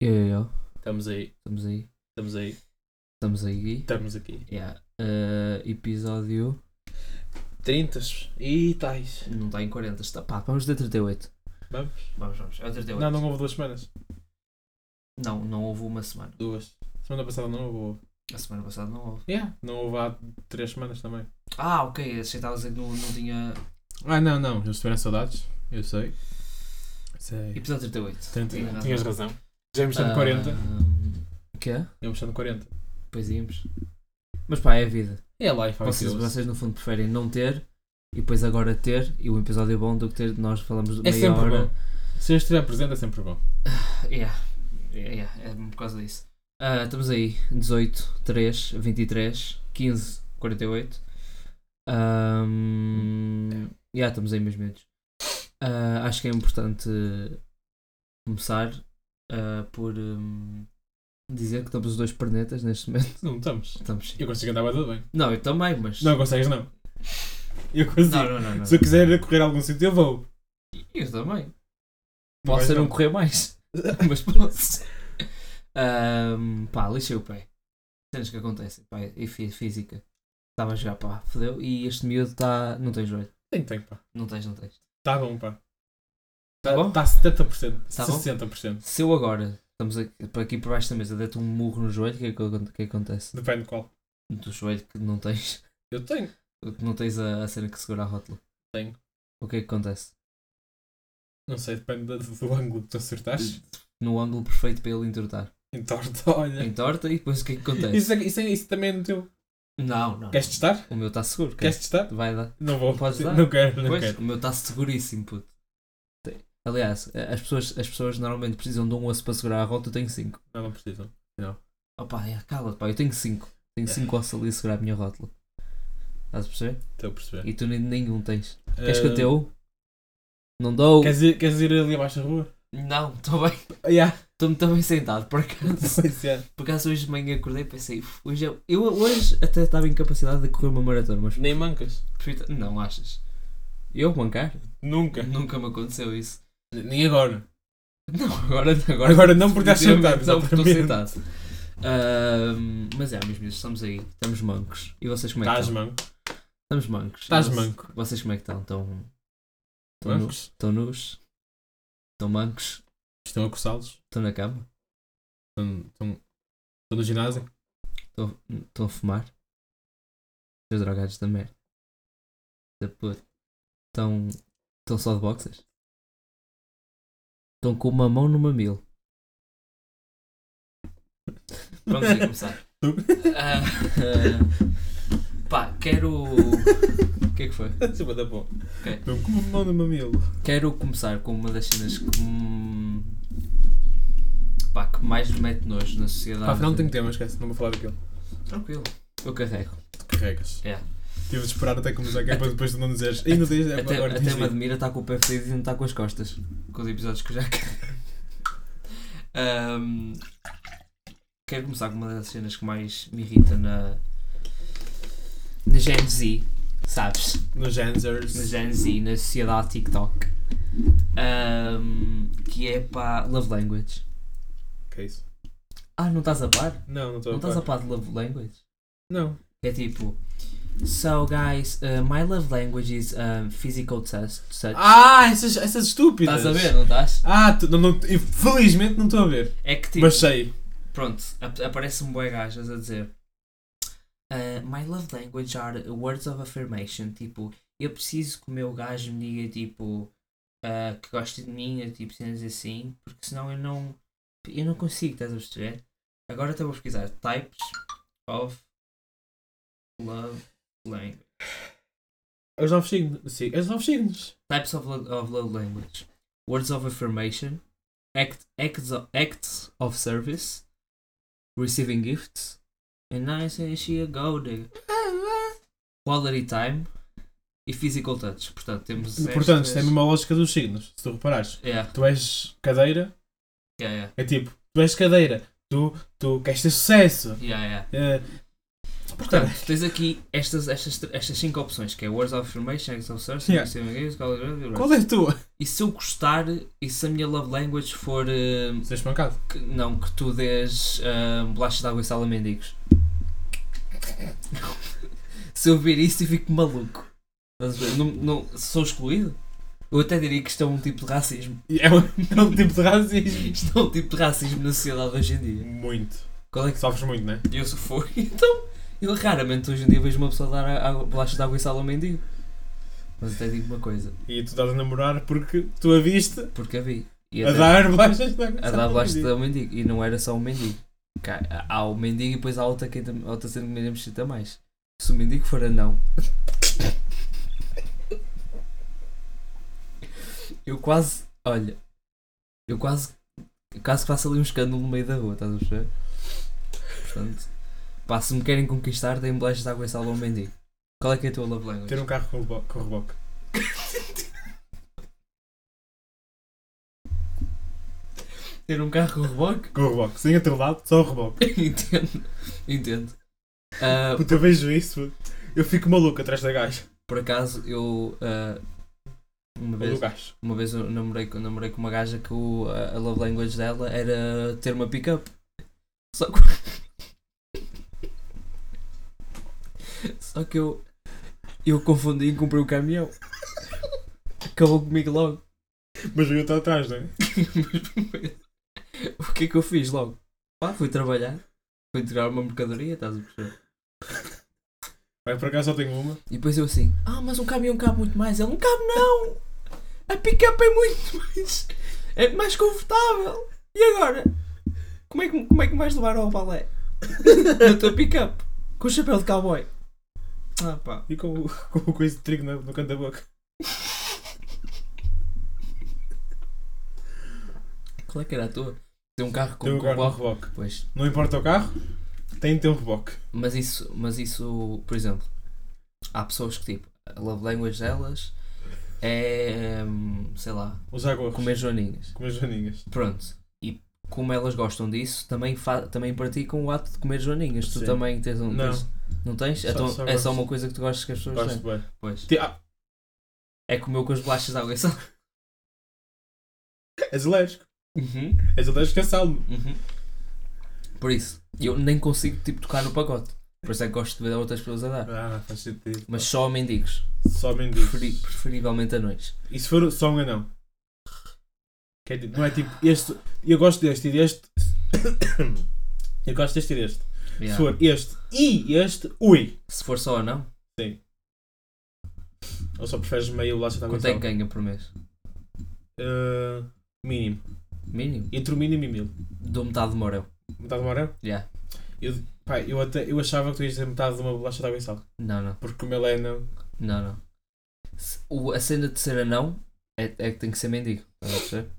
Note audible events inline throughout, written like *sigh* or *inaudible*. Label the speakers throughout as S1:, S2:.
S1: Eu, eu,
S2: Estamos aí,
S1: estamos aí.
S2: estamos aí,
S1: Estamos aí.
S2: estamos aqui.
S1: Yeah. Uh, episódio.
S2: 30 e tais.
S1: Não está em 40. Está... Pá, vamos dizer 38.
S2: Vamos?
S1: Vamos, vamos. É o 38.
S2: Não, não houve duas semanas.
S1: não, não houve uma semana.
S2: Duas. Semana passada não houve.
S1: A semana passada não houve.
S2: Yeah. Não houve há três semanas também.
S1: Ah, ok. Achei que estava a dizer que não, não tinha.
S2: Ah, não, não. Eles tiveram saudades. Eu sei. Sei.
S1: Episódio 38. Tinha razão.
S2: Tinhas razão. Já íamos estando
S1: Ah,
S2: 40.
S1: hum, Quê?
S2: Íamos estando 40.
S1: Pois íamos. Mas pá, é a vida.
S2: É lá e faz
S1: Vocês,
S2: aquilo.
S1: vocês no fundo preferem não ter e depois agora ter e o episódio é bom do que ter nós falamos
S2: É
S1: meia
S2: sempre
S1: hora.
S2: bom. Se eu estiver presente é sempre bom.
S1: Yeah. Yeah, yeah, é por causa disso. Ah, estamos aí, 18, 3, 23, 15, 48. Um, yeah, estamos aí mais menos. Ah, acho que é importante começar ah, por hum, dizer que estamos os dois pernetas neste momento. *laughs*
S2: Não estamos.
S1: Estamos...
S2: Eu consigo andar bué tudo bem.
S1: Não, eu também, mas.
S2: Não consegues não. Eu consigo.
S1: não, não, não, não.
S2: Se eu quiser correr a algum sítio eu vou.
S1: Eu também.
S2: Não vais
S1: Posso ser um
S2: não.
S1: correr
S2: *laughs*
S1: mais. Mas posso. Ahm, pá, lixei o pé. Cenas que acontecem, pá, e fí- física. Estava a jogar, pá, fodeu. E este miúdo está. Não tem joelho.
S2: Tem tempo, pá.
S1: Não tens, não tens.
S2: Tá bom, pá.
S1: Tá bom?
S2: Tá 70%.
S1: Tá bom?
S2: 60%.
S1: Se eu agora, estamos aqui, para aqui por baixo da mesa, der-te um murro no joelho, o que é que, acon- que acontece?
S2: Depende de qual.
S1: Do joelho que não tens. *laughs*
S2: Eu tenho.
S1: Que não tens a, a cena que segura a rótula.
S2: Tenho.
S1: O que é que acontece?
S2: Não sei, depende do, do *laughs* ângulo que tu acertares.
S1: No ângulo perfeito para ele
S2: *laughs*
S1: entortar.
S2: Entorta, olha.
S1: Entorta e depois o que é que acontece?
S2: Isso, é- isso, é- isso também é no teu.
S1: Não, não.
S2: Queres testar?
S1: O meu está seguro.
S2: Queres testar?
S1: Vai dar.
S2: Não vou.
S1: Podes dar?
S2: Não quero, não
S1: Pois,
S2: quero.
S1: o meu está seguríssimo, puto. Tem- Aliás, eh, as pessoas, as pessoas normalmente precisam de um osso para segurar a rota, eu tenho 5.
S2: Não, não precisam.
S1: Opa, é, cala-te, pá, eu tenho 5. Tenho 5 ossos ali a segurar a minha rótula. Estás a perceber?
S2: Estou a perceber.
S1: E tu nem, nenhum tens. Queres que eu
S2: Ah,
S1: te dou? Não dou?
S2: Queres ir, queres ir ali abaixo da rua?
S1: Não, estou bem.
S2: Ah, *laughs* yeah.
S1: Estou-me também sentado, por acaso.
S2: Pois é.
S1: Por acaso hoje de manhã acordei e pensei, "Uf, hoje eu, eu hoje até estava em capacidade de correr uma maratona, mas
S2: Nem mancas.
S1: perfeita- não achas? Eu mancar?
S2: Nunca.
S1: Nunca me aconteceu isso.
S2: Nem agora.
S1: Não, *laughs* agora, agora,
S2: Agora não, porque estás
S1: definitivamente
S2: sentado,
S1: Não, porque estou
S2: exatamente.
S1: sentado. Ahm, mas é, meus miúdos, estamos aí, estamos mancos. E vocês como é que
S2: Estás
S1: estão?
S2: manco.
S1: Estamos mancos. E
S2: Estás
S1: vocês-
S2: manco.
S1: Vocês como é que estão? Estão. Estão nus?
S2: Mancos?
S1: Estão nus? Estão mancos?
S2: Estão a coçá-los?
S1: Estão na cama?
S2: Estão, estão, estão no ginásio?
S1: Estão, estão a fumar? Seus drogados da merda. Da puta. Estão. Estão só de boxers? Estão com uma mão no mamilo. Vamos aí começar. Ah, ah, pá, quero.
S2: *laughs*
S1: O que é que foi?
S2: Sim, mas tá bom.
S1: Ok.
S2: Estão com uma mão um no mamilo.
S1: Quero começar com uma das cenas que. hum, pá, que mais me mete nojo na sociedade.
S2: Pá, afinal não tenho tema, esquece. Não vou falar daquilo.
S1: Tranquilo. Eu carrego.
S2: Tu carregas.
S1: É.
S2: Tive de esperar até começar, que é para depois tu não dizeres. Ainda tens, é
S1: até
S2: para agora
S1: até
S2: tens
S1: me
S2: dito.
S1: admira estar com o pé fedido e não estar com as costas. Com os episódios que eu já carrego. Ahm, quero começar com uma das cenas que mais me irrita na. na Gen Z, sabes?
S2: Nos
S1: na
S2: answers.
S1: Gen Z, na sociedade TikTok, ahm, que é pá, Love Language.
S2: Que é isso?
S1: Ah, não estás a par?
S2: Não, não
S1: Não
S2: estou a
S1: estás a
S2: par.
S1: par de Love Language?
S2: Não.
S1: É tipo, so guys, uh, my love language is um, physical touch. touch.
S2: Ah, essas, essas estúpidas.
S1: estás a ver, não estás?
S2: Ah, tu, não, não, infelizmente não estou a ver.
S1: É que tipo,
S2: Mas sei.
S1: pronto, ap- aparece-me bué gajas a dizer. "Uh, my love language are words of affirmation. Tipo, eu preciso que o meu gajo me diga, tipo, uh, que gosta de mim, ou, tipo, cenas assim, porque senão eu não, eu não consigo, estás a perceber? Agora até vou pesquisar. Types of love language.
S2: Os novos signos. Sim, os novos signos.
S1: Types of, lo- of love language. Words of affirmation. Act, acts, of, acts of service. Receiving gifts. And I say she a go digger. *laughs* Quality time. E physical touch. Portanto, temos.
S2: Portanto, isto é a
S1: estas-
S2: mesma lógica dos signos. Se tu reparares,
S1: Yeah,
S2: tu és cadeira,
S1: yeah, yeah.
S2: é tipo, tu és cadeira, tu, tu queres ter sucesso.
S1: Yeah, yeah.
S2: eh,
S1: Portanto, tens aqui estas, estas, estas cinco opções, que é Words of Affirmation, Acts of Service,
S2: Yeah.
S1: System of Games, Call of Duty, Words.
S2: Qual é a tua?
S1: E se eu gostar, e se a minha love language for... eh,
S2: Seres espancado.
S1: que- não, que tu dês eh, bolachas de água e sal a mendigos. *laughs* se eu ver isso eu fico maluco. Estás a ver? Não, não, sou excluído? Eu até diria que isto é um tipo de racismo. *laughs*
S2: É um, *laughs* é um tipo de racismo.
S1: Isto é um tipo de racismo na sociedade hoje em dia.
S2: Muito.
S1: Qual é que
S2: Sofres muito, né?
S1: eu se for? *laughs* Então, eu raramente hoje em dia vejo uma pessoa dar a- a- bolachas de água e sal a um mendigo. Mas até digo uma coisa,
S2: E tu estás a namorar porque tu a viste
S1: porque a vi. E
S2: a
S1: até-
S2: dar bolachas de água.
S1: a dar bolachas de um mendigo. E não era só um mendigo. Cá, Há o mendigo e depois há outra, que ainda- outra cena que me mexita mais. Se o mendigo for anão. eu quase. Olha. Eu quase. eu quase que faço ali um escândalo no meio da rua, estás a perceber? Portanto. Pá, se me querem conquistar, deem bolachas de água e sal a um mendigo. Qual é que é a tua love language?
S2: Ter um carro com reboque. Com reboque.
S1: *laughs* Ter um carro com reboque?
S2: Com reboque. Sem atrelado, só o reboque.
S1: *laughs* Entendo. Entendo. Ah,
S2: Puta, eu vejo isso. Eu fico maluco atrás da gaja.
S1: Por acaso eu ah, uma,
S2: Ou do
S1: vez,
S2: gajo.
S1: uma vez eu namorei, com- namorei com uma gaja que o, ah, a a love language dela era ter uma pick-up. Só que. *laughs* Só que eu. Eu confundi e comprei o caminhão. Acabou comigo logo. *laughs*
S2: Mas eu estou atrás, não é?
S1: o que é que eu fiz logo? Pá, fui trabalhar. Fui entregar uma mercadoria, estás a perceber?
S2: Vai para cá, só tenho uma.
S1: E depois eu assim, ah, mas um caminhão cabe muito mais. Ele não cabe não! A pick-up é muito mais. É mais confortável! E agora? Como é que, como é que me vais levar ao balé? *laughs* Na tua pick-up? Com o chapéu de cowboy? Ah pá.
S2: E com, o- *laughs* com o coisa de trigo no, no canto da boca.
S1: Qual é que era a tua? Ter um carro com,
S2: Tem um
S1: com
S2: carro com
S1: barro.
S2: reboque.
S1: Pois.
S2: Não importa o carro, tem de ter um reboque.
S1: Mas isso, mas isso, por exemplo, há pessoas que tipo, a love language delas é. hum, sei lá,
S2: Os águas.
S1: comer joaninhas.
S2: Com as joaninhas.
S1: Pronto. E como elas gostam disso, também, fa- também praticam o ato de comer joaninhas. Tu
S2: Sim.
S1: também tens um.
S2: Não.
S1: tens- não tens?
S2: Só-
S1: Então,
S2: só
S1: é só
S2: gosto.
S1: uma coisa que tu gostas que as pessoas
S2: Gosto
S1: têm.
S2: bem.
S1: Pois.
S2: Ti- ah,
S1: É comer com as bolachas de água
S2: *laughs*
S1: e sal.
S2: és alérgico. Uhum. És alérgico a sal.
S1: Uhum. Por isso, eu nem consigo tipo, tocar no pacote. Por isso é que gosto de ver outras pessoas a dar.
S2: Ah, faz sentido.
S1: Mas só a mendigos.
S2: Só mendigos.
S1: Preferi- preferivelmente a noite.
S2: E se for só um anão? Que é tipo- não é tipo, este, eu gosto deste e deste. *coughs* Eu gosto deste e deste. Se for este e este, ui!
S1: Se for só ou não,
S2: Ou só preferes meio laço da
S1: quanto é que é? ganha por mês?
S2: uh, Mínimo.
S1: Mínimo?
S2: Entre o mínimo e mil.
S1: Dou metade de morel.
S2: Metade de um anão?
S1: Yeah.
S2: Pai, eu, até, eu achava que tu ias ter metade de uma bolacha de água e sal.
S1: Não, não.
S2: Porque como ele é anão.
S1: Não, não. Se- o- a cena de ser anão é, é que tem que ser mendigo. estás a perceber?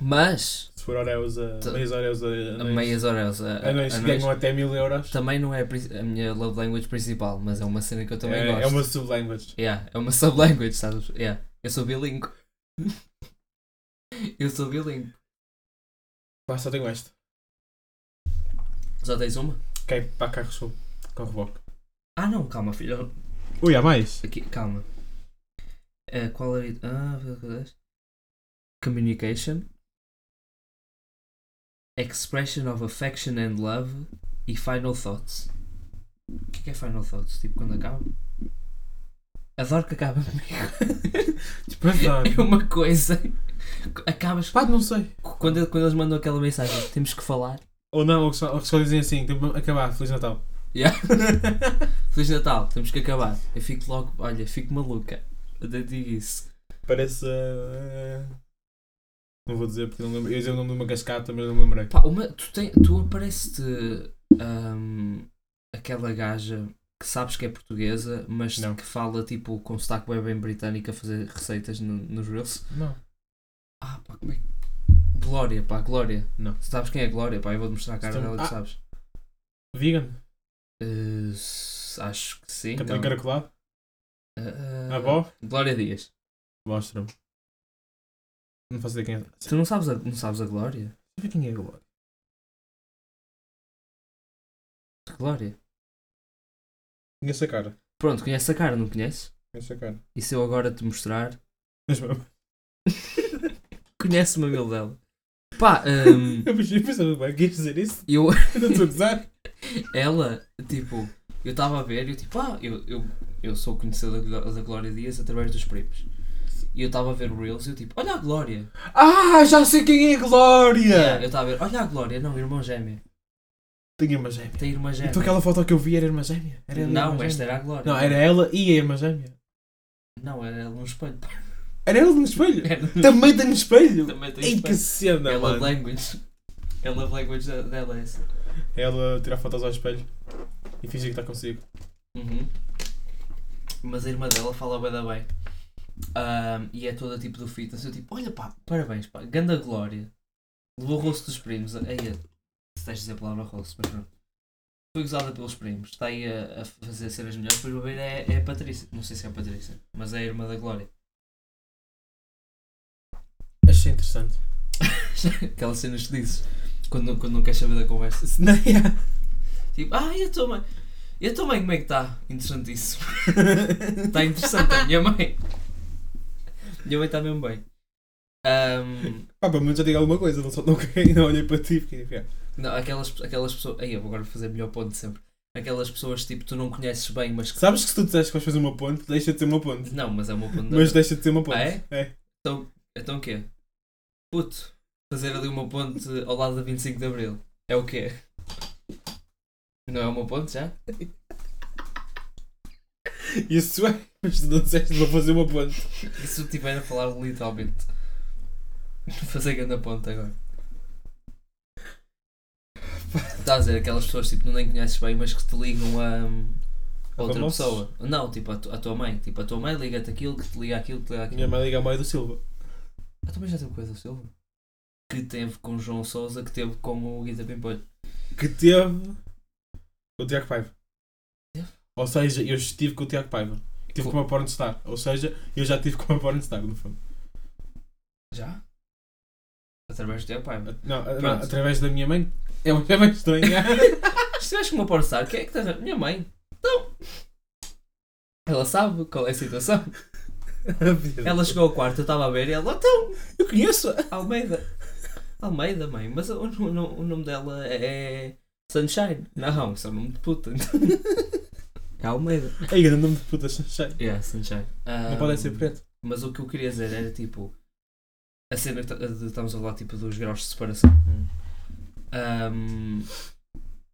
S1: Mas,
S2: Se for Oreos a.
S1: Tá.
S2: eh, Meias Oreos a.
S1: a
S2: eh, anões.
S1: meias horas, a, a-
S2: Anões que
S1: anões,
S2: ganham até mil euros.
S1: também não é a, prin- a minha love language principal, mas é uma cena que eu também
S2: é,
S1: gosto.
S2: é uma sublanguage.
S1: Yeah, é uma *laughs* sub-language, estás a perceber? Yeah. Eu sou bilingue. *laughs* eu sou bilingue.
S2: Pá, só tenho esta.
S1: Já tens uma?
S2: Que é para carro sul. Com reboque.
S1: Ah não, calma filho.
S2: Ui, há mais?
S1: Aqui, calma. Eh, qual é. Ah, foi o que eu disse? Communication. Expression of affection and love. E final thoughts. O que é que é final thoughts? Tipo, quando acaba? Adoro que acaba *laughs* comigo.
S2: Tipo, azar.
S1: é uma coisa. Acabas.
S2: Pá, não sei.
S1: Quando, ele- quando eles mandam aquela mensagem, temos que falar.
S2: Ou não, ou que só, ou que só dizem assim, tem que acabar, Feliz Natal.
S1: Yeah. *laughs* Feliz Natal, temos que acabar. Eu fico logo. Olha, fico maluca. Eu até digo isso.
S2: Parece. eh, Não vou dizer porque não lembro. Eu ia dizer o nome de uma cascata, mas não me lembrei.
S1: Pá, uma, tu, tem, tu aparece-te ahm, aquela gaja que sabes que é portuguesa, mas
S2: Não.
S1: que fala tipo com sotaque web em britânico a fazer receitas no- nos Reels.
S2: Não.
S1: Ah, pá, como é que. Glória, pá, Glória.
S2: Não.
S1: Sabes quem é Glória, pá? Eu vou-te mostrar a cara
S2: Estamos-
S1: dela, tu
S2: Ah.
S1: sabes.
S2: Vegan?
S1: Eh, s- acho que sim.
S2: Capitão
S1: não.
S2: Caracolado?
S1: Ah,
S2: A avó?
S1: Glória Dias.
S2: Mostra-me. Não faço ideia quem é. Deixa
S1: Tu não sabes a, não sabes a Glória?
S2: eu ver quem é agora.
S1: Glória.
S2: Conheço a cara.
S1: Pronto, conheces a cara, não conheces?
S2: Conheço a cara.
S1: E se eu agora te mostrar, *laughs*
S2: Mas mesmo.
S1: conhece o mamilo dela. Pá, hum,
S2: Eu pensei, pensava, bem, queres dizer isso?
S1: eu,
S2: Eu não estou a gozar.
S1: ela, tipo, eu estava a ver e eu tipo, ah, eu, eu, eu sou conhecedor da Gló- da Glória Dias através dos primos. E eu estava a ver o Reels e eu tipo, olha a Glória.
S2: *laughs* Ah, já sei quem é a
S1: Yeah,
S2: Glória!
S1: eu estava a ver, olha a Glória, não, irmão gêmea.
S2: Tinha uma gêmea.
S1: Tem irmã gêmea.
S2: Então aquela foto que eu vi era irmã gêmea? Era ela e a
S1: não,
S2: irmã
S1: esta
S2: gêmea?
S1: era a Glória.
S2: Não, era ela e a irmã gêmea.
S1: Não, era ela no espelho.
S2: Era ela no espelho.
S1: *laughs* Era-
S2: Também tem no um espelho.
S1: Também tem
S2: Ei, que
S1: espelho.
S2: cena,
S1: É love
S2: mano.
S1: language. É love language da- dela é essa.
S2: Ela tirar fotos ao espelho e fingir que está consigo.
S1: Uhum. Mas a irmã dela fala bué da bem. Ahm, e é toda tipo do fitness. Eu tipo, olha pá, parabéns pá, ganda glória. Levou o rosto dos primos. Aí, eh, se tens de dizer a palavra rosto, mas pronto. Foi gozada pelos primos. Está aí a, a fazer cenas melhores. Depois vou ver, é, é a Patrícia. Não sei se é a Patrícia, mas é a irmã da Glória. *laughs*
S2: Achei interessante.
S1: Aquelas cenas que dizes quando, não- quando não queres saber da conversa. *laughs*
S2: Não, yeah.
S1: Tipo, ah, e a tua mãe? E a tua mãe como é que está? Interessantíssimo. *laughs* Está interessante a minha mãe. Minha mãe está mesmo bem. Ahm,
S2: Pá, pelo menos já digo alguma coisa, não, só, não, *laughs* quero- não olhei para ti e fiquei tipo, yeah.
S1: não, aquelas, aquelas pessoas. Aí eu vou agora fazer o melhor ponto de sempre. Aquelas pessoas tipo tu não conheces bem, mas que.
S2: Sabes que se tu disseres que vais fazer uma ponte, deixa de ser uma ponte.
S1: Não, mas é o meu ponto de
S2: Mas deixa de ser uma ponte.
S1: Ah, é?
S2: É.
S1: Então o quê? Puto, fazer ali uma ponte ao lado da 25 de Abril. É o quê? Não é uma ponte já?
S2: Isso é. Mas tu não disseste que vou fazer uma ponte.
S1: E se eu estiver a falar literalmente? Fazer grande ponte agora. Estás a dizer, aquelas pessoas tipo, não nem conheces bem, mas que te ligam a, a outra
S2: famosos?
S1: pessoa. Não, tipo, a, tu- a tua mãe. Tipo, a tua mãe liga-te aquilo, que te liga aquilo, que te liga
S2: Minha
S1: aquilo.
S2: mãe liga a mãe do Silva.
S1: A tua mãe já teve coisa, Silva? Que teve com o João Souza, que teve com o Guita Pimpolho.
S2: Que teve. O Tiago Paiva.
S1: Teve?
S2: Ou seja, eu estive com o Tiago Paiva. Tive com uma pornstar. Ou seja, eu já tive com uma pornstar, no fundo.
S1: Já? Através do teu pai.
S2: *laughs* A- Não, a- não,
S1: Pronto.
S2: através da minha mãe. É uma é mais estranha. *laughs*
S1: Estiveste com uma pornstar, quem é que te arran- Minha mãe. Então. Ela sabe qual é a situação. Ela chegou ao quarto, eu estava a ver e ela, então,
S2: Eu conheço.
S1: Almeida. Almeida, mãe, mas o, o- o- o nome dela é Sunshine. Não, isso é um nome de puta.
S2: *laughs*
S1: É Almeida.
S2: Ai, grande nome de puta, Sunshine.
S1: Yeah, Sunshine.
S2: Não
S1: Ahm,
S2: pode ser preto.
S1: Mas o que eu queria dizer era tipo. A cena que ta- de- estamos a falar tipo dos graus de separação.
S2: Hum.
S1: Ahm,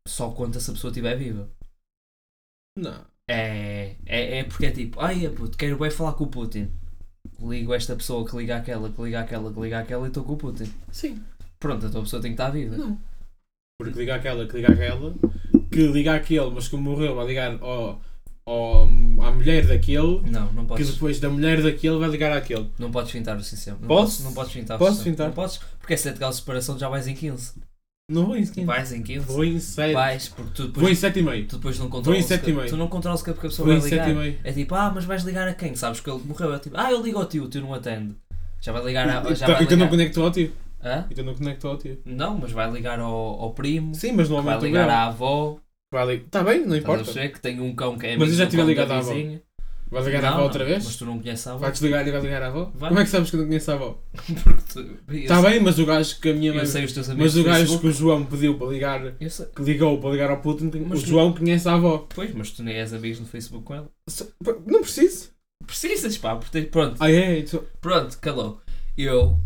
S1: só conta se a pessoa estiver viva.
S2: Não.
S1: É, é, é porque é tipo, ai é puto, quero bem falar com o Putin. Ligo esta pessoa que liga aquela, que liga aquela, que liga aquela e estou com o Putin.
S2: Sim.
S1: Pronto, então a pessoa tem que estar viva.
S2: Não. Porque liga aquela, que liga aquela. Que liga aquele, mas que morreu, vai ligar ao, ao, à mulher daquele.
S1: Não, não
S2: Que
S1: podes.
S2: depois da mulher daquele vai ligar àquele.
S1: Não podes fintar o sistema. Não
S2: Posso?
S1: podes- Não podes fintar
S2: Posso
S1: o sistema.
S2: fintar?
S1: Não podes, porque é 7 graus de separação, já vais em 15.
S2: Não vou em 5.
S1: Vais em 15.
S2: Vou em 7.
S1: Vais, porque tu depois,
S2: Vou em 7,5.
S1: tu depois não controlas.
S2: sete
S1: que-
S2: e meio.
S1: Tu não controlas que porque a pessoa
S2: Vou em
S1: vai ligar.
S2: 7,5.
S1: É tipo, ah, mas vais ligar a quem? Sabes que ele morreu. É tipo, ah, eu ligo ao tio, o tio não atende. Já vai ligar
S2: *laughs*
S1: a. Já vai
S2: Então não
S1: ligar.
S2: conecto ao tio.
S1: Hã?
S2: Então não conecto ao tio.
S1: Não, mas vai ligar ao, ao primo.
S2: Sim, mas não
S1: Vai
S2: aumenta o
S1: ligar
S2: grau.
S1: à Tá avó.
S2: Vai ligar. Está bem, não
S1: Estás a
S2: importa.
S1: perceber que tem um cão que é
S2: Mas eu
S1: amigo
S2: já
S1: do
S2: tive
S1: cão da
S2: ligado à avó.
S1: vizinha.
S2: Vai ligar à
S1: Não,
S2: avó
S1: não,
S2: outra
S1: Mas
S2: vez?
S1: tu não conheces a avó.
S2: Vai desligar e vai ligar à avó?
S1: Vai.
S2: Como é que sabes que eu não conheço a avó?
S1: *laughs* Porque tu- eu
S2: Está
S1: sei-
S2: Tá bem, mas o gajo que a minha mãe.
S1: Eu sei os teus amigos.
S2: Mas o
S1: do
S2: gajo
S1: Facebook.
S2: que o João pediu para ligar.
S1: Eu sei.
S2: Que ligou para ligar ao Putin, o
S1: Mas tu-
S2: João conhece a avó.
S1: Pois, mas tu nem és amigos no Facebook com ela.
S2: Se- p- Não preciso.
S1: Precisas, pá, porque tens- pronto,
S2: Ah, é? Então-
S1: pronto, calou. Eu.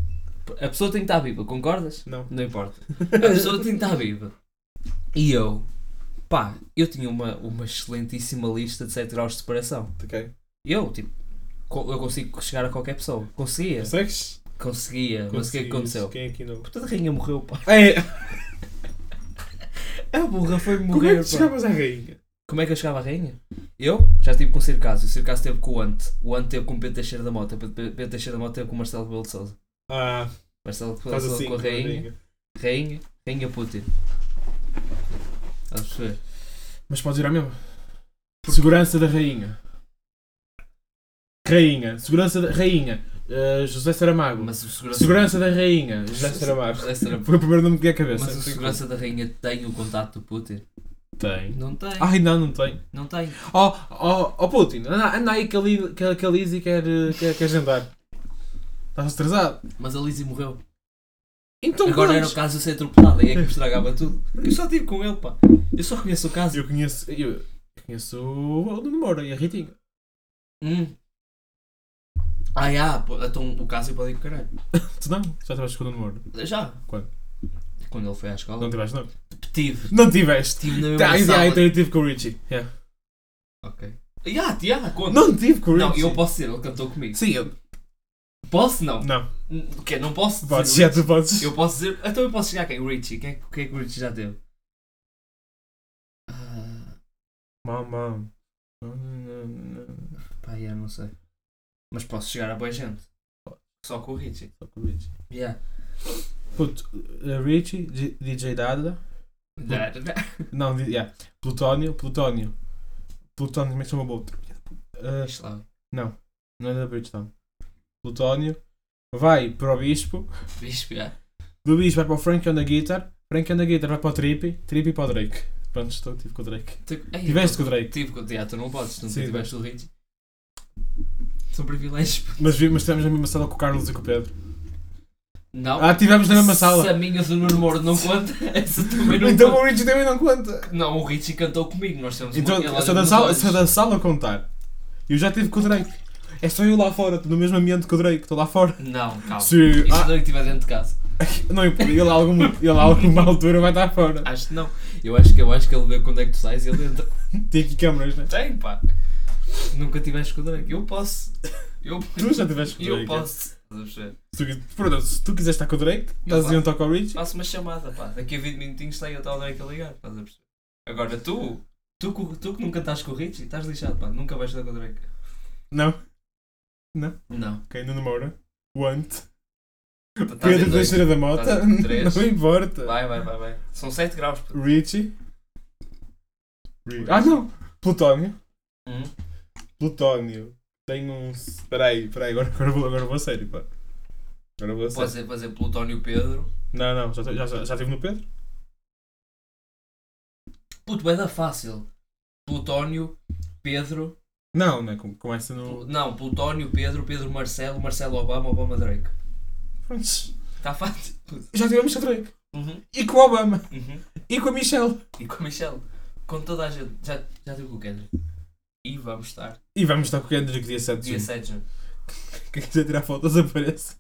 S1: A pessoa tem que estar viva, concordas?
S2: Não.
S1: Não importa. A pessoa tem que estar viva. E eu. Pá, eu tinha uma, uma excelentíssima lista de 7 graus de separação.
S2: Ok.
S1: Eu, tipo. co- Eu consigo chegar a qualquer pessoa. Conseguia.
S2: Consegues?
S1: Conseguia. Mas o que é que
S2: Consegues.
S1: aconteceu?
S2: Quem aqui não?
S1: A puta da rainha morreu,
S2: *laughs*
S1: pá.
S2: É,
S1: A burra foi
S2: como é
S1: morrer,
S2: que
S1: pá.
S2: chegavas à rainha?
S1: Como é que eu chegava à rainha? Eu já estive com o Circaso. O Circaso teve com o Ante. O Ante teve com o Pedro Teixeira da Mota. O Pedro Teixeira da Mota teve com o Marcelo Rebelo de Sousa.
S2: Ah,
S1: Marcelo Rebelo de
S2: faz
S1: Sousa
S2: assim.
S1: com a
S2: com a
S1: rainha,
S2: rainha.
S1: rainha, rainha Putin. Estás a perceber?
S2: Mas podes ir à mesma. Segurança da rainha. Rainha. Segurança da rainha. Ah, José Saramago.
S1: Mas o segurança,
S2: Segurança da rainha. José Saramago.
S1: José Saramago.
S2: Foi o primeiro nome que me veio à cabeça.
S1: Mas o segurança da rainha tem o contato do Putin.
S2: Tem.
S1: Não tem.
S2: Ai não, não tem.
S1: Não tem.
S2: Oh, oh, oh Putin, anda, anda aí que a, Li- que, a- que a Lizzie quer, eh, quer, quer jantar. Estás atrasado?
S1: Mas a Lizzie morreu.
S2: Então
S1: Agora era
S2: vamos.
S1: o caso de ser atropelada e é que me estragava tudo. Eu só tive com ele, pá. Eu só conheço o caso.
S2: Eu conheço. Eu, eu conheço o Nuno Moura e a Ritinha.
S1: Hum. Ah, já, pô, então o caso eu para ali com o caralho.
S2: Tu não? Já estiveste com o Nuno Moura?
S1: Já.
S2: Quando?
S1: Quando ele foi à escola.
S2: Não tiveste, não?
S1: Tive.
S2: Não tiveste!
S1: Tive na mesma
S2: Tá,
S1: sala.
S2: yeah, então eu tive com o Richie. Yeah.
S1: Ok. Já, já, conta.
S2: Não tive com o
S1: Não,
S2: Richie!
S1: eu posso ser, ele cantou comigo.
S2: Sim, eu.
S1: Posso não?
S2: Não,
S1: Hum, O quê? Não posso dizer.
S2: podes, já tu podes.
S1: Eu posso dizer. Então eu posso chegar a quem? O Richie. Quem é que, quem é que o Richie já teve? Ah,
S2: Mamá.
S1: pá, já não sei. Mas posso chegar a boa gente. Só com o Richie.
S2: Só com o Richie.
S1: Yeah.
S2: Puto, eh, Richie, G- DJ Dada.
S1: Da- da-
S2: Não, di- yeah. Plutónio, Plutónio. Plutónio também se chama o outro. Eh,
S1: Isto lá.
S2: não é da Bridgestone. Plutónio vai para o Bispo.
S1: Bispo, já.
S2: Do Bispo vai para o Frank on the Guitar. Frank on the Guitar vai para o Trippy. Trippy para o Drake. Pronto, estou, tive com o Drake.
S1: Tu- Ei,
S2: Tiveste com o
S1: eu-
S2: Drake.
S1: Tive com o teatro, não podes. Tu nunca
S2: Sim.
S1: tiveste o Richie. São privilégios. pá.
S2: Mas, vi- mas estivemos na mesma sala com o Carlos e com o Pedro.
S1: Não.
S2: Ah, estivemos na mesma
S1: Se
S2: sala.
S1: a minha do Nuno Moro não
S2: *laughs*
S1: conta, essa também não
S2: Então
S1: conta.
S2: o Richie também não conta.
S1: Não, o Richie cantou comigo, nós temos
S2: Então,
S1: uma... ele
S2: se a
S1: olha-me
S2: da
S1: nos
S2: sala,
S1: olhos.
S2: se a da sala contar, eu já tive com o Drake. É só eu lá fora, estou no mesmo ambiente que o Drake, estou lá fora.
S1: Não, calma.
S2: Se.
S1: Isso
S2: Ah,
S1: não é que estiver dentro de casa.
S2: não, ele a alguma, ele a alguma altura vai estar fora.
S1: Acho que não. Eu acho que, eu acho que ele vê quando é que tu sais e ele entra. *laughs*
S2: Tem aqui câmaras, né?
S1: Tem, pá. Nunca tiveste com o Drake. Eu posso. Eu,
S2: Tu já tiveste com o
S1: eu
S2: Drake. é?
S1: posso. Estás a perceber?
S2: Se tu, pronto, se tu quiseres estar com o Drake, estás a dizer um toque ao Richie.
S1: Faço uma chamada, pá. Daqui a 20 minutinhos está aí o tal Drake a ligar. Estás a perceber? Agora tu. Tu, que- tu que nunca estás com o Richie, estás lixado, pá. Nunca vais estar com o Drake.
S2: Não, *laughs*
S1: Não.
S2: ok, Nuno Moura. Want.
S1: Estás Tá em
S2: Pedro
S1: dois.
S2: Teixeira da Mota.
S1: Estás em três.
S2: *laughs* Não importa.
S1: Vai, vai, vai, vai. São 7 graus. pá.
S2: Richie. Ri- Ah, não! Plutónio.
S1: Hum.
S2: Plutónio. Tem um. Peraí, peraí, agora, agora, vou, agora vou a sério, pá. Agora vou a sério.
S1: Pode ser, pode ser Plutónio Pedro.
S2: Não, não, já, já, já, já tive no Pedro?
S1: Puto, é da fácil. Plutónio, Pedro.
S2: Não, não é? com- Começa
S1: Plu-
S2: no.
S1: Não, Plutónio, Pedro, Pedro Marcelo, Marcelo Obama, Obama Drake.
S2: Pronto.
S1: Está fácil.
S2: Já tivemos com o Drake.
S1: Uhum,
S2: E com o Obama.
S1: uhum.
S2: E com a Michelle.
S1: E com a Michelle. Com toda a gente. Já, já tive com o Kendrick. E vamos estar.
S2: E vamos estar com o Kendrick dia 7 de
S1: Dia
S2: junho.
S1: 7 de junho.
S2: Quem quiser tirar fotos *laughs* aparece.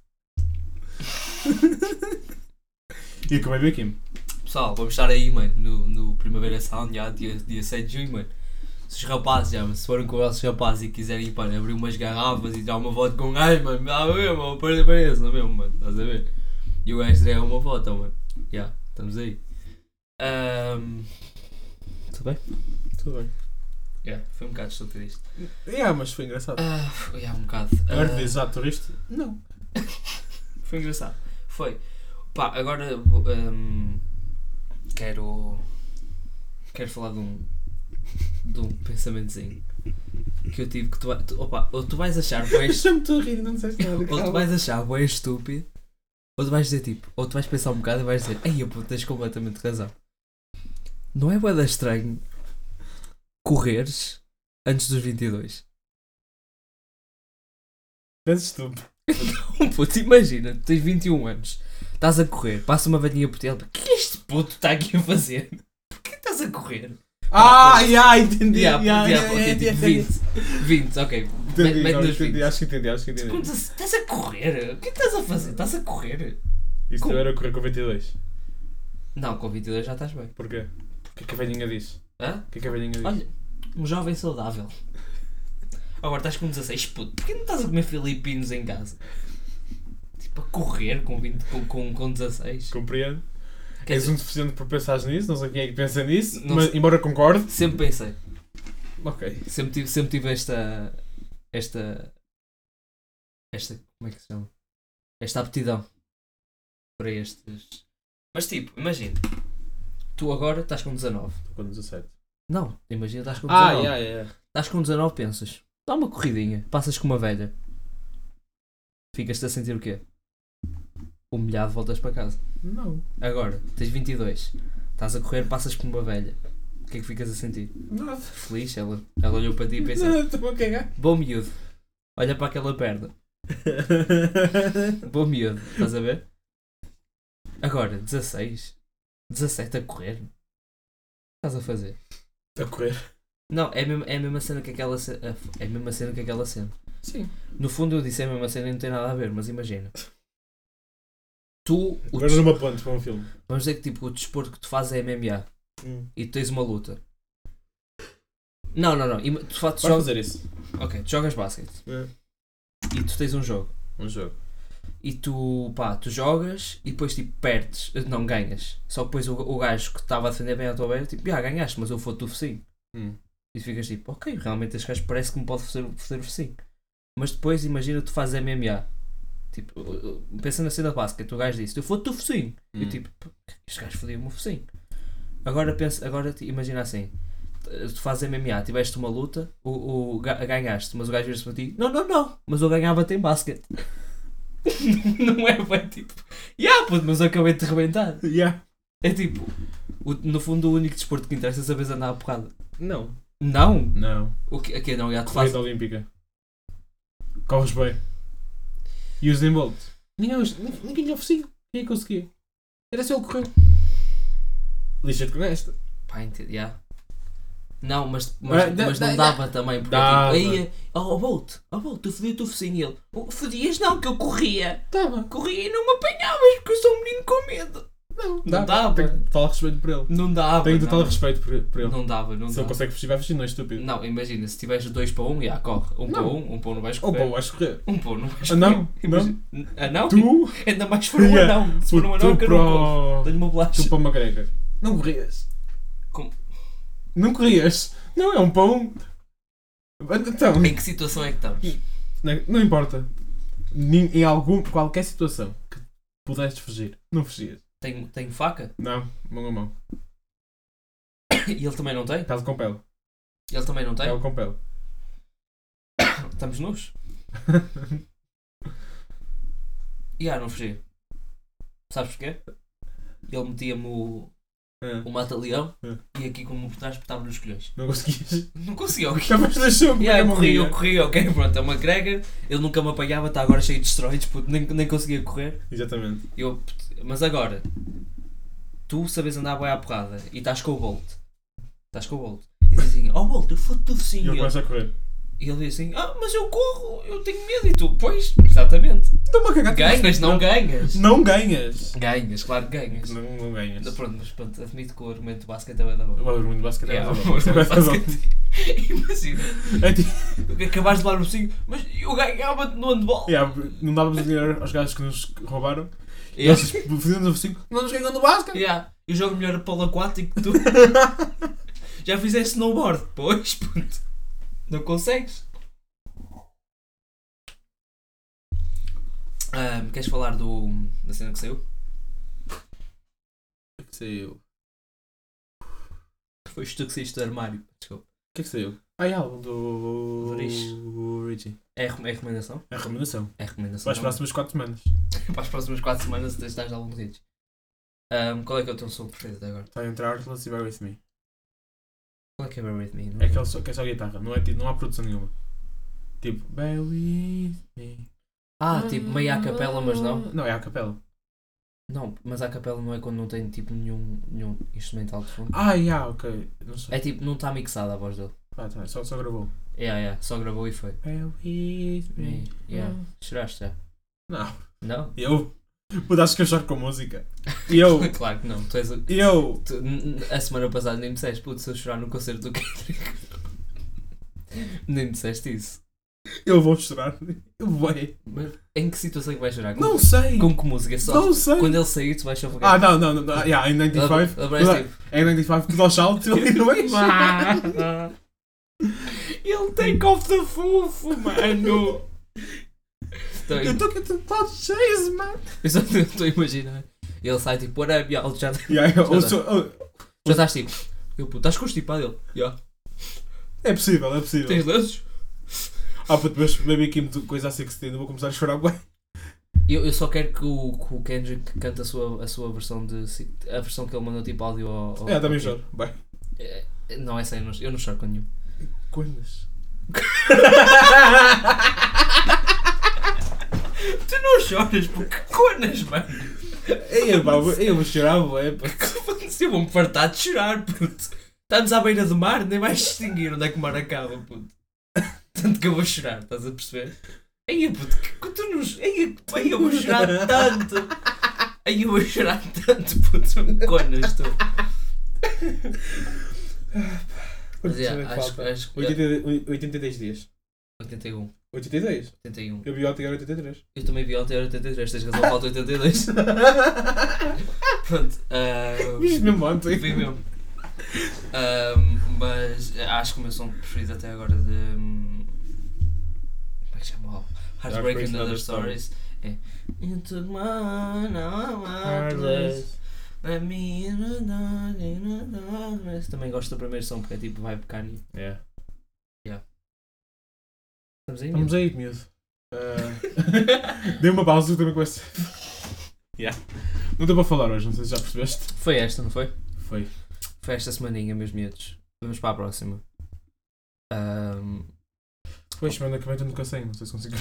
S2: e com o Baby Kim.
S1: Pessoal, vamos estar aí, mano, no, no Primavera Sound, já, dia, dia 7 de junho, mano. Se os rapazes, já, se forem com os vossos rapazes e quiserem, pá, abrir umas garrafas e dar uma voto com um gajo, mano, dá mesmo, mano, para para esse, não é mesmo, mano, estás a ver? E o gajo é uma foto, mano. Já, estamos aí. Ahm, Tudo Tá bem?
S2: Tudo bem.
S1: Yeah, foi um bocado estúpido isto.
S2: Yeah, mas foi engraçado.
S1: Ah, foi yeah, um bocado.
S2: Agora
S1: Ah,
S2: tu dizes, ah, turista? Não.
S1: Foi engraçado. Foi. Pá, agora vou- hum, quero. Quero falar de um. de um pensamentozinho que eu tive que tu, vai- tu opa, ou tu vais achar bué
S2: *laughs*
S1: est-
S2: Deixa-me tu a rir e não disseste nada.
S1: ou
S2: calma.
S1: tu vais achar bué estúpido ou tu vais dizer tipo, ou tu vais pensar um bocado e vais dizer, ai pô, tens completamente razão. Não é boeda estranho correres antes dos 22.
S2: Mas estúpido.
S1: Puto, imagina, tu tens 21 anos, estás a correr, passa uma vaninha por ti, ele, o que é que este puto está aqui a fazer? Porquê estás a correr? Um
S2: Ah, yeah, entendi.
S1: Yeah,
S2: Yeah, yeah,
S1: yeah,
S2: yeah,
S1: ok,
S2: yeah,
S1: tipo
S2: yeah, yeah.
S1: 20, 20, ok,
S2: Entendi,
S1: mete mete
S2: agora
S1: nos 20.
S2: entendi, Acho que entendi, acho que entendi.
S1: Como tu- Tipo, Estás a correr? O que é que estás a fazer? Estás a correr?
S2: Isto
S1: Como?
S2: era correr com 22.
S1: Não, com 22 já estás bem.
S2: Porquê? O que é que a velhinha diz?
S1: Hã?
S2: O que é que a velhinha diz?
S1: Olha, um jovem saudável. Agora estás com 16, puto, porquê não estás a comer filipinos em casa? Tipo, a correr com, 20, com, com, com 16.
S2: Compreendo.
S1: Quer
S2: És
S1: dizer,
S2: um deficiente por pensares nisso, não sei quem é que pensa nisso,
S1: Não
S2: mas
S1: sei.
S2: embora concorde.
S1: sempre pensei.
S2: Ok.
S1: Sempre tive, sempre tive esta. Esta. Esta. Como é que se chama? Esta aptidão. Para estes. Mas tipo, imagina. Tu agora estás com 19.
S2: Estou com 17.
S1: Não, imagina, estás com 19.
S2: Ah, yeah, yeah.
S1: Estás com 19, pensas. Dá uma corridinha. Passas com uma velha. Ficas-te a sentir o quê? Um Humilhado, voltas para casa.
S2: Não.
S1: Agora, tens 22. Estás a correr, passas por uma velha. O que é que ficas a sentir?
S2: Nada.
S1: Feliz? Ela, ela olhou para ti
S2: *laughs*
S1: e pensou:
S2: Estou a cagar.
S1: Bom miúdo, olha para aquela perna. Bom miúdo, estás a ver? Agora, 16, 17 a correr. O que estás a fazer?
S2: a correr.
S1: Não, é a mesma, é a mesma cena que aquela ce- a- É a mesma cena que aquela cena.
S2: Sim.
S1: No fundo, eu disse a mesma cena e não tem nada a ver, mas imagina. Tu, o
S2: Agora
S1: des-
S2: numa ponte para um filme. Hum.
S1: vamos dizer que tipo, o desporto que tu fazes é MMA e tu tens uma luta. Não, não, não. Ima- Tu, fa- tu
S2: Vais
S1: jogas,
S2: fazer isso.
S1: ok, tu jogas basquete e tu tens É. um jogo.
S2: Um jogo.
S1: e tu, pá, tu jogas e depois tipo perdes, não ganhas. Só que depois o, o gajo que estava a defender bem a tua beira, tipo, ah, ganhaste, mas eu fui-te o focinho.
S2: Hum.
S1: E tu ficas tipo, ok, realmente este gajo parece que me pode foder, foder o focinho. Mas depois imagina tu fazes MMA. Tipo, uh, uh, pensa na cena básica, tu o gajo disse, eu fui-te o focinho.
S2: Hum.
S1: E eu tipo, "Pô, este gajo fodia-me o um focinho. Agora pensa, agora ti- imagina assim. t- Tu fazes MMA, tiveste uma luta, o, o ga- ganhaste, mas o gajo vira-se para ti: Não, não, não, mas eu ganhava-te em basquete. *laughs* não é bem tipo, yeah, puto, mas eu acabei de te rebentar.
S2: Yeah.
S1: É tipo, o- no fundo, o único desporto que interessa é saber andar a porrada.
S2: Não.
S1: Não!
S2: Não.
S1: O que, aqui não, já te faz.
S2: Corrida olímpica. Corres bem. E os Bolt. Ninguém, os- nin- ninguém lhe oferecia. Ninguém conseguia. Era só ele correr. Lixa-te com esta.
S1: Pá, entendi, yeah. Não, mas, mas,
S2: Ah, dá-
S1: mas
S2: dá-
S1: não dava também, porque
S2: Dava.
S1: é tipo, aí, oh, Bolt, oh, Bolt, tu fodias o teu focinho e ele, "Oh, fodias não, que eu corria.
S2: Tava.
S1: Corria e não me apanhavas, porque eu sou um menino com medo.
S2: Não,
S1: Não dava.
S2: Tenho total respeito por ele.
S1: Não dava.
S2: Tenho
S1: não.
S2: total respeito por, por ele.
S1: Não dava, não
S2: Se ele
S1: dava.
S2: consegue fugir, vai fugir, não é estúpido.
S1: Não, imagina, se tiveres 2 para 1, um, já corre. 1 um para
S2: Não.
S1: 1, um, um para 1 um não vais
S2: Ou
S1: correr.
S2: bom, Oh, vais correr.
S1: Um pão não vais
S2: Ah,
S1: correr.
S2: não?
S1: Imagina- Ah, não?
S2: Tu,
S1: Ainda mais se for um
S2: Yeah.
S1: anão. Se
S2: tu,
S1: for um anão, que eu não corro.
S2: pro...
S1: Tenho uma
S2: tu
S1: bolacha.
S2: para uma grega. Não corrias.
S1: Como?
S2: Não corrias. Não, é um pão. Então,
S1: Em que situação é que estamos?
S2: Não, não importa. Nin- Em algum, qualquer situação que pudestes fugir, não fugias.
S1: Tenho, tenho faca? *coughs*
S2: Não, mão a mão.
S1: E ele também não tem?
S2: Caso compele.
S1: Ele também não tem?
S2: É o compele.
S1: Estamos nus? E ah, não fugi. Sabes porquê? Ele metia-me o,
S2: *laughs* Ah,
S1: o mata-leão e aqui como por trás petava nos colhões.
S2: não conseguias.
S1: Hum. Não conseguia o quê?
S2: *laughs* Estavas na chuva.
S1: E aí eu
S2: não
S1: corri, eu
S2: morria.
S1: corri, ok, pronto, é uma grega, ele nunca me apanhava, está agora cheio de esteroides, puto, nem, nem conseguia correr.
S2: Exatamente.
S1: Eu, puto, mas agora, tu sabes andar bem à porrada e estás com o Bolt. Estás com o Bolt. E diz assim, oh Bolt, eu foto do
S2: E
S1: vizinho.
S2: eu
S1: E ele-
S2: começo a correr.
S1: e ele diz assim, ah, mas eu corro, eu tenho medo. E tu, pois, exatamente.
S2: Estou-me a cagar.
S1: Ganhas, não ganhas.
S2: Não ganhas.
S1: Ganhas, claro que ganhas.
S2: Não, não ganhas.
S1: Pronto, mas pronto, admito que o argumento do basquete é bué da
S2: Eu
S1: bom.
S2: gosto muito de basquete.
S1: Yeah,
S2: mas
S1: o
S2: eu gosto muito de
S1: basquete. é
S2: basquete.
S1: *laughs* Imagina,
S2: É tipo-
S1: acabaste de lá no cinco, mas eu ganhava-te no handball.
S2: Yeah, Não dávamos dinheiro aos gajos que nos roubaram. E
S1: Yeah.
S2: eles faziam-nos o focinho. Não nos ganham no basquete.
S1: Yeah. Eu jogo melhor a polo aquático *laughs* que tu. Já fizeste snowboard? Pois, puto. Não consegues? Ahm, queres falar do, da cena que saiu?
S2: O que é que saiu? O
S1: Foi tu que saíste do armário. Desculpa.
S2: que é que saiu? Ah, é álbum do...
S1: Do Rich.
S2: do Richie.
S1: É, recom- é recomendação?
S2: É a recomendação.
S1: É recomendação.
S2: Para as
S1: não.
S2: próximas 4 semanas.
S1: Para as próximas 4 semanas se estás algum rios. Ahm, qual é que é o teu som preferido até agora?
S2: Vai entrar Artless e Bear With Me.
S1: Qual é que é Bear With Me? Não
S2: É aquele só, que é só guitarra, não, é, tipo- não há produção nenhuma. Tipo, Bear With Me.
S1: Ah, tipo meio à capela, mas não.
S2: Não, é a capela.
S1: Não, mas à capela não é quando não tem tipo nenhum, nenhum instrumental de fundo.
S2: Ah, yeah, ok. Não sei.
S1: É tipo, não está mixada a voz dele.
S2: Ah, tá, só, só gravou.
S1: Yeah, yeah, só gravou e foi.
S2: Bear With Me.
S1: Yeah. Choraste já?
S2: Não,
S1: Não?
S2: eu. Puta, acho que eu choro com música. E eu.
S1: *laughs* claro que não. Tu és o-
S2: e eu.
S1: tu- n- n- a semana passada nem me disseste, putz, se eu chorar no concerto do Kendrick. *laughs* nem me disseste isso.
S2: Eu vou chorar. Eu vou.
S1: Mas em que situação é que vais chorar? Com,
S2: Não sei.
S1: com que música? Só
S2: Não sei.
S1: quando ele sair, tu vais só
S2: Ah,
S1: focar.
S2: não, não, não. não. Yeah, em 95.
S1: Ele parece tipo.
S2: Em 95, tudo ao salto, tudo ali no meio.
S1: *laughs* Ele tem cofre fofo, mano! Então,
S2: Eu estou com o pau cheio, mano.
S1: eu só *laughs* estou a imaginar. Ele sai tipo, whatever, yeah, ele já
S2: Yeah, oh,
S1: Já
S2: eu, eu
S1: dá.
S2: sou- eu-
S1: Já estás tipo, eu puto, estás constipado? Ele, "Ya."
S2: é possível, é possível.
S1: tens lenços?
S2: Ah, puto, mas bebi aqui muita coisa assim que se tem, não vou começar a chorar bem.
S1: Eu, eu só quero que o, que o Kendrick cante a sua, a sua versão de. si- a versão que ele mandou tipo áudio ao. ao
S2: É, também
S1: ao-
S2: choro. Bem.
S1: Eh, Não, essa eu não, eu não choro com *laughs* nenhum.
S2: Cornas.
S1: Tu não choras porque cornas, mano.
S2: Ei, eu, vou- eu vou chorar, bué, pá.
S1: Se assim? eu vou-me fartar de chorar, puto. Estamos à beira do mar, nem vais distinguir onde é que o mar acaba, puto. *laughs* Tanto que eu vou chorar, estás a perceber? Aí, puto, que, que tu nos. Aí, aí eu vou chorar tanto. Aí eu vou chorar tanto, puto. Cornas, tu. Mas é,
S2: Sabe o que
S1: acho,
S2: falta?
S1: acho que.
S2: 80 83 dias.
S1: 81,
S2: 83?
S1: 81.
S2: Eu vi ontem
S1: *laughs*
S2: era 83.
S1: Eu também vi ontem, era 83, tens razão, falta 82. *laughs* Pronto. ah,
S2: Viste mesmo ontem?
S1: Vi mesmo. Ahm, mas eh, acho que o meu som preferido até agora de. hum, Como é que chama o álbum? Heartbreak and Other Stories. É. Into my now
S2: Ah,
S1: heartless. Let me in the dark, in the darkness. Também gosto do primeiro som porque é tipo vibe Kanye.
S2: Yeah.
S1: Estamos aí?
S2: Estamos
S1: mesmo?
S2: aí, miúdo.
S1: *laughs*
S2: Ah, Dei uma pausa também com essa. yeah. Não estou para falar hoje, não sei se já percebeste.
S1: Foi esta, não foi?
S2: Foi.
S1: Foi esta semaninha, meus miúdos. Vamos para a próxima. Ahm,
S2: Foi semana que vem estou no cacenho, não sei se consigo.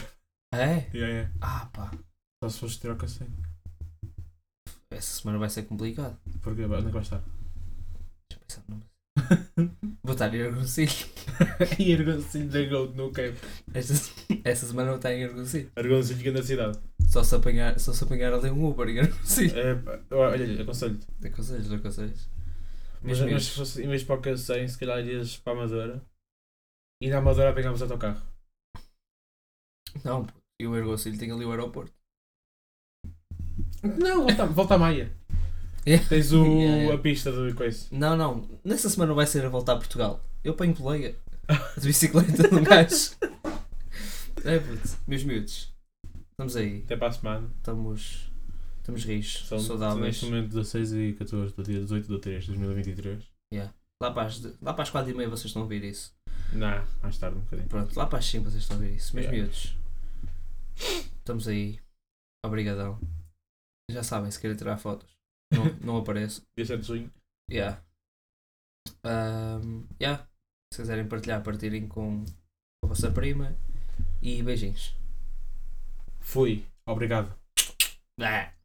S1: é?
S2: Yeah, yeah.
S1: Ah pá,
S2: Só se foste tirar o cacenho.
S1: essa semana vai ser complicada.
S2: Porque onde é que vai estar?
S1: Deixa eu pensar no nome. Vou estar a ir ao conselho.
S2: *laughs* e Argoncilho da Gold no campo.
S1: Esta, esta semana não está em Argoncilho.
S2: Argoncilho que anda na cidade.
S1: Só se apanhar, só se apanhar ali um Uber em Argoncilho.
S2: É, pá, olha, olha, aconselho-te.
S1: Aconselhas, não aconselhas?
S2: Mas,
S1: Mesmo
S2: mas
S1: isso.
S2: se fosse, em vez de para o cacenho, se calhar irias para a Amadora. E na Amadora apanhámos autocarro.
S1: Não, pô. E o Argoncilho tem ali o aeroporto.
S2: Não, volta, volta à Maia.
S1: Yeah.
S2: Tens *laughs* o,
S1: Yeah, yeah.
S2: a pista do coisa.
S1: Não, não. Nessa semana vai ser a voltar a Portugal. Eu apanho colega. De bicicleta de um gajo. É, puto. Meus miúdos. Estamos aí.
S2: Até para a semana.
S1: Estamos... Estamos rios.
S2: São
S1: saudáveis.
S2: neste momento 16 e 14 do dia 18 de 3 de 2023.
S1: Lá para, as, lá para as 4 e meia vocês estão a ouvir isso.
S2: Não, mais tarde um bocadinho.
S1: Pronto. Lá para as 5 vocês estão a ouvir isso. Meus
S2: Yeah.
S1: miúdos. Estamos aí. Obrigadão. Já sabem, se querem tirar fotos. Não, não apareço.
S2: Dia 7 de junho.
S1: Yeah. Ahm, yeah. Se quiserem partilhar, partilhem com a vossa prima. E beijinhos.
S2: Fui. Obrigado.
S1: Blá.